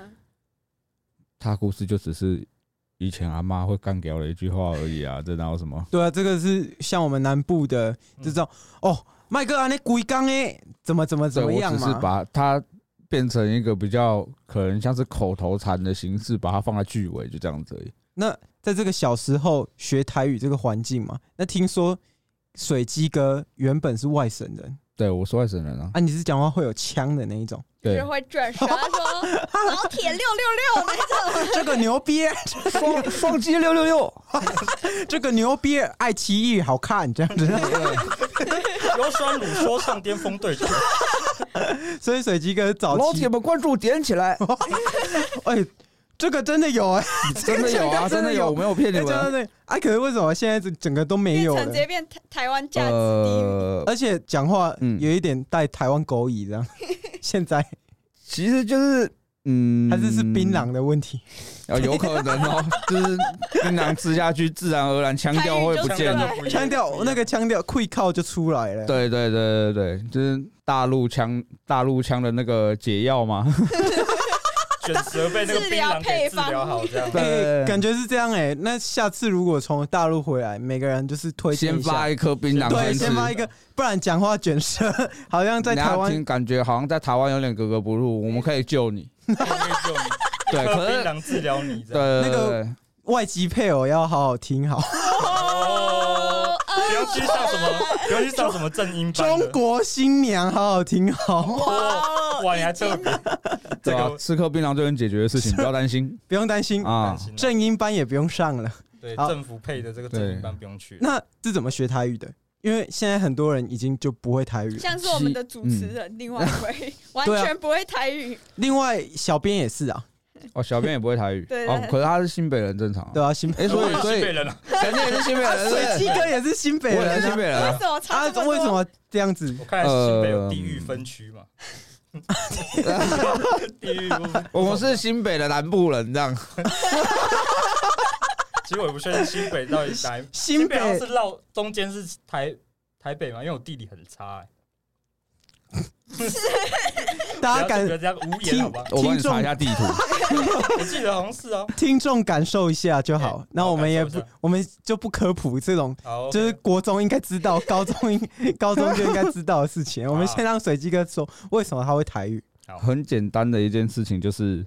[SPEAKER 4] 他的故事就只是以前阿妈会干掉的一句话而已啊，这哪有什么？
[SPEAKER 3] 对啊，这个是像我们南部的这种、哦，麦哥啊，那龟缸哎，怎么怎么怎
[SPEAKER 4] 对
[SPEAKER 3] 么样
[SPEAKER 4] 我只是
[SPEAKER 3] 嘛？
[SPEAKER 4] 把它变成一个比较可能像是口头禅的形式，把它放在句尾，就这样子而已。
[SPEAKER 3] 那在这个小时候学台语这个环境嘛，那听说水鸡哥原本是外省人
[SPEAKER 4] 对我是外省人啊，
[SPEAKER 3] 啊，你是讲话会有腔的那一种，
[SPEAKER 1] 就是
[SPEAKER 4] 对，
[SPEAKER 1] 会 转身说老铁六六六那种，
[SPEAKER 3] 这个牛逼，
[SPEAKER 4] 双双击六六六，
[SPEAKER 3] 这个牛逼，爱奇艺好看这 样子。
[SPEAKER 2] 由酸乳说唱巅峰对决，
[SPEAKER 3] 所以水鸡哥早
[SPEAKER 4] 老
[SPEAKER 3] 期
[SPEAKER 4] 铁们关注点起来，
[SPEAKER 3] 哎、这个真的有 哎、
[SPEAKER 4] 真的有啊，真
[SPEAKER 3] 真的
[SPEAKER 4] 的
[SPEAKER 3] 有
[SPEAKER 4] 有，我没有骗你
[SPEAKER 3] 真
[SPEAKER 4] 们。啊
[SPEAKER 3] 的哎、可是为什么现在这整个都没
[SPEAKER 1] 变
[SPEAKER 3] 有
[SPEAKER 1] 成
[SPEAKER 3] 了
[SPEAKER 1] 直？接变台台湾价值低于。
[SPEAKER 4] 呃，
[SPEAKER 3] 而且讲话
[SPEAKER 4] 嗯
[SPEAKER 3] 有一点带台湾狗语这样。现在
[SPEAKER 4] 其实就是。嗯，
[SPEAKER 3] 还是是槟榔的问题，
[SPEAKER 4] 啊，有可能哦，就是槟榔吃下去，自然而然腔调会不见
[SPEAKER 1] 了
[SPEAKER 4] 了。
[SPEAKER 2] 腔调就不一样
[SPEAKER 3] 腔调那个腔调溃靠就出来了。，
[SPEAKER 4] 对对对对对，就是大陆腔，大陆腔的那个解药嘛。啊
[SPEAKER 2] 卷舌被那个槟榔给治疗好，这样
[SPEAKER 4] 对
[SPEAKER 3] 哎、感觉是这样哎、那下次如果从大陆回来，每个人就是推荐
[SPEAKER 4] 先
[SPEAKER 3] 一下
[SPEAKER 4] 发一颗槟榔
[SPEAKER 3] 对，
[SPEAKER 4] 吃，
[SPEAKER 3] 先发一个，不然讲话卷舌，好像在
[SPEAKER 4] 人家
[SPEAKER 3] 台湾
[SPEAKER 4] 听感觉好像在台湾有点格格不入，我们可以救你。
[SPEAKER 2] 我可以救你，
[SPEAKER 4] 对，可
[SPEAKER 2] 喝槟
[SPEAKER 4] 是
[SPEAKER 2] 榔治疗你这样。
[SPEAKER 4] 对
[SPEAKER 3] 那个外籍配偶要好好听好。
[SPEAKER 1] 哦，
[SPEAKER 2] 不要去上什么，不要去上什么正音班
[SPEAKER 3] 中
[SPEAKER 2] 的。
[SPEAKER 3] 国新娘，好好听好，
[SPEAKER 2] 哇哇，你还特别这
[SPEAKER 4] 对啊
[SPEAKER 2] 个，
[SPEAKER 4] 吃颗槟榔就能解决的事情，不要担心
[SPEAKER 3] 不用担心，
[SPEAKER 4] 啊
[SPEAKER 2] 担。心了，
[SPEAKER 3] 正音班也不用上了。
[SPEAKER 2] 对
[SPEAKER 3] 好
[SPEAKER 2] 政府配的这个正音班不用去。
[SPEAKER 3] 那是怎么学台语的？因为现在很多人已经就不会台语了。
[SPEAKER 1] 像是我们的主持
[SPEAKER 4] 嗯
[SPEAKER 1] 人，另外一 位完
[SPEAKER 4] 啊
[SPEAKER 1] 全不会台语，
[SPEAKER 3] 另外，小编也是啊，
[SPEAKER 4] 哦，小编也不会台语，
[SPEAKER 1] 对
[SPEAKER 4] 哦，可是他是新北人，正常啊。
[SPEAKER 3] 对啊，新
[SPEAKER 4] 哎，所以
[SPEAKER 2] 我是
[SPEAKER 4] 所
[SPEAKER 2] 西
[SPEAKER 4] 以
[SPEAKER 2] 北人啊，
[SPEAKER 4] 肯定也是新北人，
[SPEAKER 3] 水鸡
[SPEAKER 4] 对
[SPEAKER 3] 哥也是新
[SPEAKER 4] 不
[SPEAKER 3] 北
[SPEAKER 4] 对我也是
[SPEAKER 3] 人
[SPEAKER 4] 新
[SPEAKER 3] 啊
[SPEAKER 4] 北人
[SPEAKER 1] 为
[SPEAKER 4] 啊。
[SPEAKER 1] 什么差
[SPEAKER 3] 啊，
[SPEAKER 1] 这
[SPEAKER 3] 为
[SPEAKER 1] 么
[SPEAKER 3] 什
[SPEAKER 1] 多？
[SPEAKER 3] 么这样子？
[SPEAKER 2] 我看来
[SPEAKER 4] 呃
[SPEAKER 2] 是新北有地域分区 嘛。地域不分，
[SPEAKER 4] 我们是新北的南部人，这样。
[SPEAKER 2] 其实我也不确定新北到底哪一
[SPEAKER 3] 新
[SPEAKER 2] 北好像
[SPEAKER 3] 北
[SPEAKER 2] 是绕中间是台台北嘛，因为我地理很差哎。
[SPEAKER 3] 大家
[SPEAKER 2] 不要不要
[SPEAKER 3] 感
[SPEAKER 2] 这样无言好吧？
[SPEAKER 4] 我帮
[SPEAKER 3] 听
[SPEAKER 4] 你
[SPEAKER 3] 众
[SPEAKER 4] 查一下地图。
[SPEAKER 2] 我记得好像是哦。
[SPEAKER 3] 听众感受一下就好
[SPEAKER 2] 哎。
[SPEAKER 3] 那我们也
[SPEAKER 2] 感受
[SPEAKER 3] 不
[SPEAKER 2] 一下，
[SPEAKER 3] 我们就不科普这种，
[SPEAKER 2] 好，OK
[SPEAKER 3] 就是国中应该知 道，高中应高中就应该知道的事情。我们先让水鸡哥说为什么他会台语。
[SPEAKER 4] 很简单的一件事情，就是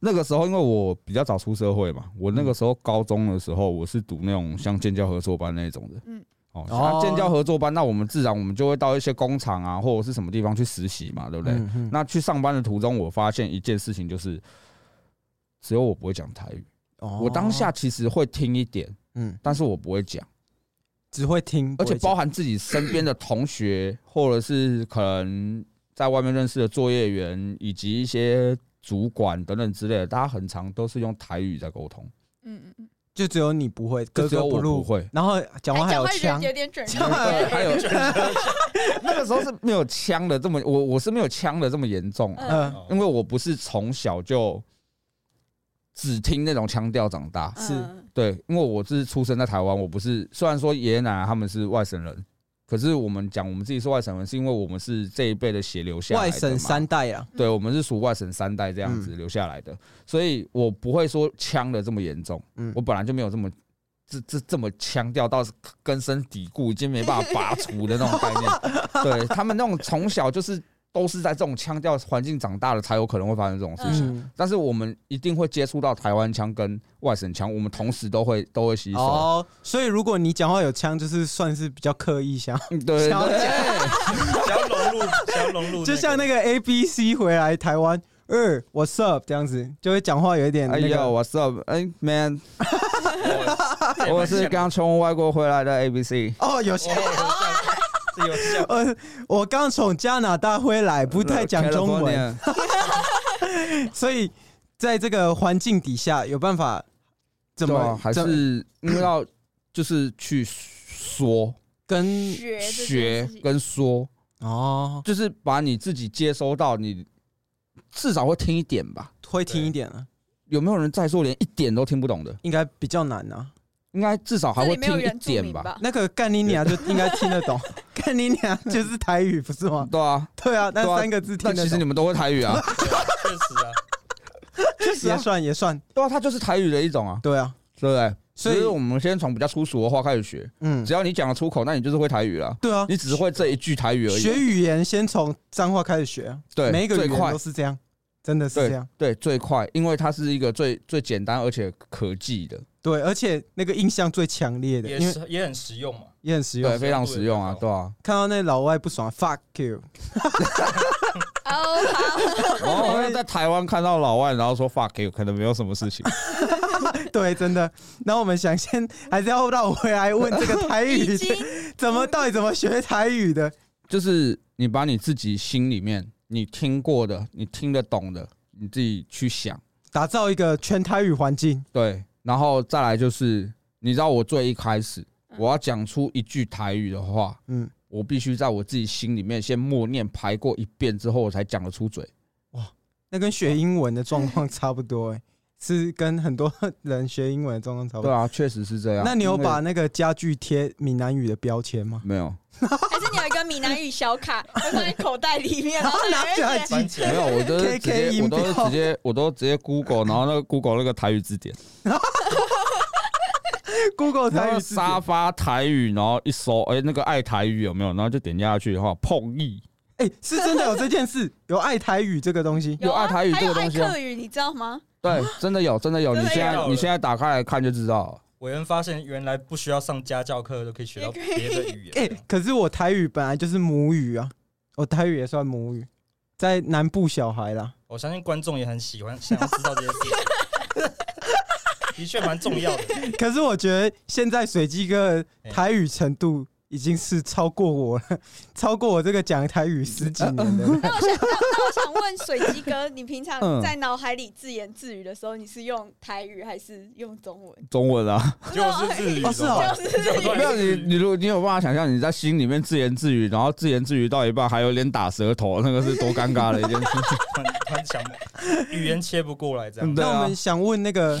[SPEAKER 4] 那个时候，因为我比较早出社会
[SPEAKER 3] 嗯
[SPEAKER 4] 嘛，我那个时候高中的时候，我是读那种像建教合作班那种的，
[SPEAKER 1] 嗯
[SPEAKER 4] 嗯，哦，
[SPEAKER 3] 哦
[SPEAKER 4] 像建教合作班，那我们自然我们就会到一些工厂啊，或者是什么地方去实习嘛，对不对？
[SPEAKER 3] 嗯嗯
[SPEAKER 4] 那去上班的途中，我发现一件事情，就是只有我不会讲台语，
[SPEAKER 3] 哦
[SPEAKER 4] 我当下其实会听一点，
[SPEAKER 3] 嗯
[SPEAKER 4] 但是我不会讲。
[SPEAKER 3] 只会听，
[SPEAKER 4] 而且
[SPEAKER 3] 不会讲
[SPEAKER 4] 包含自己身边的同学，或者是可能在外面认识的作业员，以及一些主管等等之类的，大家很常都是用台语在沟通，
[SPEAKER 1] 嗯嗯嗯，
[SPEAKER 3] 就只有你不会，
[SPEAKER 4] 就
[SPEAKER 3] 格
[SPEAKER 4] 只
[SPEAKER 3] 格
[SPEAKER 4] 有我
[SPEAKER 3] 入
[SPEAKER 4] 不， 会。
[SPEAKER 3] 然后
[SPEAKER 4] 哦
[SPEAKER 3] 讲话
[SPEAKER 1] 哎
[SPEAKER 3] 还有
[SPEAKER 1] 话
[SPEAKER 3] 腔，
[SPEAKER 1] 有点卷，
[SPEAKER 3] 腔
[SPEAKER 4] 对，还有那个时候是没有腔的这么，我我是没有腔的这么严重、啊，
[SPEAKER 3] 嗯，
[SPEAKER 2] 哦
[SPEAKER 4] 因为我不是从小就只听那种腔调长大。
[SPEAKER 3] 是
[SPEAKER 1] 嗯
[SPEAKER 4] 对，因为我是出生在台湾，我不是虽然说爷爷奶奶他们是外省人，可是我们讲我们自己是外省人，是因为我们是这一辈的血流下来的
[SPEAKER 3] 外
[SPEAKER 4] 嘛
[SPEAKER 3] 省三嗯代啊，
[SPEAKER 4] 对，我们是属外省三代这样子留下来的，所以我不会说腔的这么严重，
[SPEAKER 3] 嗯
[SPEAKER 4] 我本来就没有这么这这这么腔调到是根深蒂固，已经没办法拔除的那种概念。对他们那种从小就是都是在这种腔调环境长大的，才有可能会发生这种事情。
[SPEAKER 3] 嗯，
[SPEAKER 4] 但是我们一定会接触到台湾腔跟外省腔，我们同时都会都会吸收。
[SPEAKER 3] 哦，所以如果你讲话有腔，就是算是比较刻意想，
[SPEAKER 4] 嗯 对，
[SPEAKER 3] 想要
[SPEAKER 4] 对
[SPEAKER 2] 想要融入，想要融入，
[SPEAKER 3] 就像那个 A B C 回来台湾，呃，What's up 这样子，就会讲话有一点
[SPEAKER 4] 哎
[SPEAKER 3] 那
[SPEAKER 4] 呀
[SPEAKER 3] 个，
[SPEAKER 4] ，What's up？哎，Man，
[SPEAKER 2] 个
[SPEAKER 4] 我是刚从外国回来的 ABC。
[SPEAKER 3] 哦，有些。
[SPEAKER 2] 是有像
[SPEAKER 3] 呃，我刚从加拿大回来，不太讲中文，
[SPEAKER 4] 呃 California
[SPEAKER 3] 所以在这个环境底下，有办法怎
[SPEAKER 4] 对
[SPEAKER 3] 么、
[SPEAKER 4] 啊还
[SPEAKER 3] 怎
[SPEAKER 4] 是因为要就是去说
[SPEAKER 3] 跟
[SPEAKER 1] 学这件
[SPEAKER 4] 学
[SPEAKER 1] 事情
[SPEAKER 4] 跟说，
[SPEAKER 3] 哦，
[SPEAKER 4] 就是把你自己接收到，你至少会听一点吧。
[SPEAKER 3] 会听一点了，
[SPEAKER 4] 有没有人在说连一点都听不懂的？
[SPEAKER 3] 应该比较难啊。
[SPEAKER 4] 应该至少还
[SPEAKER 1] 这
[SPEAKER 4] 会
[SPEAKER 1] 里没有
[SPEAKER 4] 听一
[SPEAKER 1] 原住
[SPEAKER 4] 点
[SPEAKER 1] 民
[SPEAKER 4] 吧？
[SPEAKER 1] 吧？
[SPEAKER 3] 那个干你娘就应该听得 懂，干你娘就是台语不是吗？
[SPEAKER 4] 对啊，
[SPEAKER 3] 对啊，那
[SPEAKER 4] 对啊
[SPEAKER 3] 三个字听
[SPEAKER 4] 那
[SPEAKER 3] 得
[SPEAKER 4] 其实
[SPEAKER 3] 懂，
[SPEAKER 4] 你们都会台语啊，
[SPEAKER 2] 确实啊，
[SPEAKER 4] 实啊
[SPEAKER 3] 也算也算，
[SPEAKER 4] 对啊，它就是台语的一种啊，
[SPEAKER 3] 对啊，
[SPEAKER 4] 对不对？
[SPEAKER 3] 所以
[SPEAKER 4] 只是我们先从比较粗俗的话开始学，
[SPEAKER 3] 嗯
[SPEAKER 4] 只，要你讲得出口，那你就是会台语了。
[SPEAKER 3] 对啊，
[SPEAKER 4] 你只是会这一句台语而已，啊
[SPEAKER 3] 学语言先从脏话开始学啊，
[SPEAKER 4] 对
[SPEAKER 3] 每一个
[SPEAKER 4] 最
[SPEAKER 3] 语言
[SPEAKER 4] 快
[SPEAKER 3] 都是这样，真的是
[SPEAKER 4] 对
[SPEAKER 3] 这样，
[SPEAKER 4] 对最快，因为它是一个最最简单而且可记的，
[SPEAKER 3] 对，而且那个印象最强烈的，
[SPEAKER 2] 也
[SPEAKER 3] 因为
[SPEAKER 2] 是也很实用嘛。
[SPEAKER 3] 也很实用
[SPEAKER 4] 对，。非常
[SPEAKER 2] 深度也
[SPEAKER 4] 实用啊，
[SPEAKER 2] 很高
[SPEAKER 4] 对啊。
[SPEAKER 3] 看到那老外不爽，fuck you，
[SPEAKER 1] 哦， 好，
[SPEAKER 4] 然后在台湾看到老外，然后说 fuck you，可能没有什么事情。
[SPEAKER 3] 对，真的。那我们想先还是要让我回来问这个台语
[SPEAKER 1] 已经
[SPEAKER 3] 怎么到底怎么学台语的？
[SPEAKER 4] 就是你把你自己心里面你听过的、你听得懂的，你自己去想，
[SPEAKER 3] 打造一个全台语环境，
[SPEAKER 4] 对。然后再来就是，你知道我最一开始
[SPEAKER 1] 嗯
[SPEAKER 4] 我要讲出一句台语的话，
[SPEAKER 3] 嗯，
[SPEAKER 4] 我必须在我自己心里面先默念排过一遍之后，我才讲得出嘴。
[SPEAKER 3] 那跟学英文的状况差不多、欸，是跟很多人学英文的状况差不
[SPEAKER 4] 对
[SPEAKER 3] 多。
[SPEAKER 4] 啊，确实是这样。
[SPEAKER 3] 那你有
[SPEAKER 4] 因为
[SPEAKER 3] 把那个家具贴闽南语的标签吗？
[SPEAKER 4] 没有？
[SPEAKER 1] 还是你有一个闽南语小卡，就放在口袋里面， 然后
[SPEAKER 3] 拿起来
[SPEAKER 1] 写
[SPEAKER 3] 记
[SPEAKER 2] 番茄
[SPEAKER 4] 没有，我都是
[SPEAKER 3] KK
[SPEAKER 4] 直接，我
[SPEAKER 3] 音标
[SPEAKER 4] 都是直接，我都直接 Google，然后那个 Google 那个台语字典，
[SPEAKER 3] Google
[SPEAKER 4] 然
[SPEAKER 3] 台
[SPEAKER 4] 后
[SPEAKER 3] 语字典
[SPEAKER 4] 沙发台语，然后一搜，哎、那个爱台语有没有？然后就点下去的话，碰意。
[SPEAKER 3] 哎、是真的有这件事，有爱台语这个东西。
[SPEAKER 1] 有啊
[SPEAKER 4] 有爱台语
[SPEAKER 1] 还有
[SPEAKER 4] 这个东西啊
[SPEAKER 1] 爱客语你知道吗？
[SPEAKER 4] 对，真的有，真的有。
[SPEAKER 1] 真
[SPEAKER 4] 你
[SPEAKER 1] 的
[SPEAKER 4] 现在
[SPEAKER 2] 有
[SPEAKER 4] 你现在打开来看就知道了。
[SPEAKER 2] 我韦恩发现原来不需要上家教课就可以学到
[SPEAKER 1] 也可以
[SPEAKER 2] 别的语言。
[SPEAKER 3] 哎、可是我台语本来就是母语啊，我台语也算母语，在南部小孩 啦。
[SPEAKER 2] 我相信观众也很喜欢，想要知道这些事情，的确蛮重要的。
[SPEAKER 3] 可是我觉得现在水鸡哥的台语程度已经是超过我了， 超过我这个讲台语十几年的了。
[SPEAKER 1] 那我想，那那我想问水鸡哥，你平
[SPEAKER 4] 嗯
[SPEAKER 1] 常在脑海里自言自语的时候，你是用台语还是用中文？
[SPEAKER 4] 中文啊，
[SPEAKER 2] 就是日语
[SPEAKER 3] 哦是哦
[SPEAKER 1] 就是日语
[SPEAKER 2] 对
[SPEAKER 4] 没有你，你如果你有办法想象你在心里面自言自语，然后自言自语到一半还有点打舌头，那个是多尴尬的一件事情。
[SPEAKER 2] 很很想语言切不过来这 样。
[SPEAKER 4] 对
[SPEAKER 3] 那我
[SPEAKER 4] 啊
[SPEAKER 3] 们，想问那个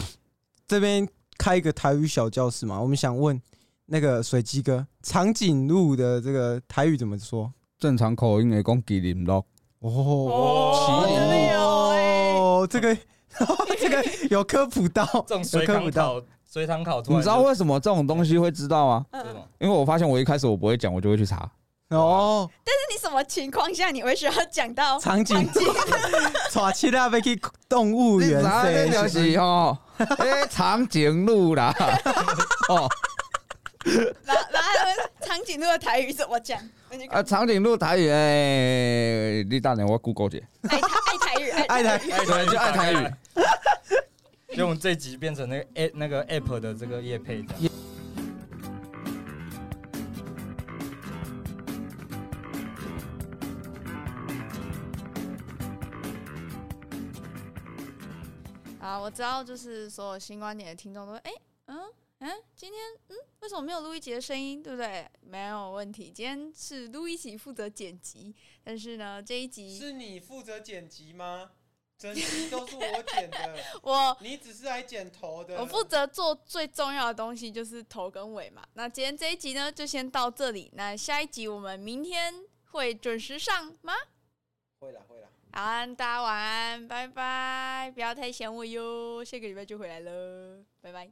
[SPEAKER 3] 这边开一个台语小教室嘛？我们想问那个水鸡哥，长颈鹿的这个台语怎么说？
[SPEAKER 4] 正常口音也讲吉林咯，
[SPEAKER 1] 哦真的有哎
[SPEAKER 3] 哦，这个 这个有科普到，
[SPEAKER 2] 这种
[SPEAKER 3] 有
[SPEAKER 2] 随
[SPEAKER 3] 科普
[SPEAKER 2] 堂
[SPEAKER 3] 到。
[SPEAKER 2] 考，随堂考突然
[SPEAKER 4] 你知道为什么这种东西会知道吗？
[SPEAKER 1] 嗯，
[SPEAKER 2] 就
[SPEAKER 1] 嗯
[SPEAKER 2] 这种
[SPEAKER 4] 因为我发现我一开始我不会讲，我就会去查。
[SPEAKER 3] 哦，
[SPEAKER 1] 那你什么情况下你会需要讲到
[SPEAKER 3] 场景
[SPEAKER 1] 环境？
[SPEAKER 3] 抓起来要去动物
[SPEAKER 4] 你
[SPEAKER 3] 园
[SPEAKER 4] 查那
[SPEAKER 3] 说
[SPEAKER 4] 就是哦， 哎，长颈鹿啦，哦，
[SPEAKER 1] 然后然后还问长颈鹿的台语怎么讲？那就
[SPEAKER 4] 啊，长颈鹿台语，哎，你大娘，我 Google 姐，
[SPEAKER 1] 爱台爱台语，爱
[SPEAKER 3] 爱台
[SPEAKER 4] 对，就爱台语。。
[SPEAKER 2] 所以我们这一集变成那个 A 那个 app 的这个业配这样。
[SPEAKER 7] 啊，我知道，就是所有新观点的听众都会，哎、嗯嗯，今天嗯，为什么没有录一集的声音，对不对？没有问题，今天是录一集负责剪辑，但是呢，这一集
[SPEAKER 8] 是你负责剪辑吗？整集都是我剪的，
[SPEAKER 7] 我
[SPEAKER 8] 你只是来剪头的。
[SPEAKER 7] 我负责做最重要的东西，就是头跟尾嘛。那今天这一集呢，就先到这里。那下一集我们明天会准时上吗？
[SPEAKER 8] 会啦会啦。
[SPEAKER 7] 好啊，大家晚安，拜拜，不要太想我哟，下个礼拜就回来了，拜拜。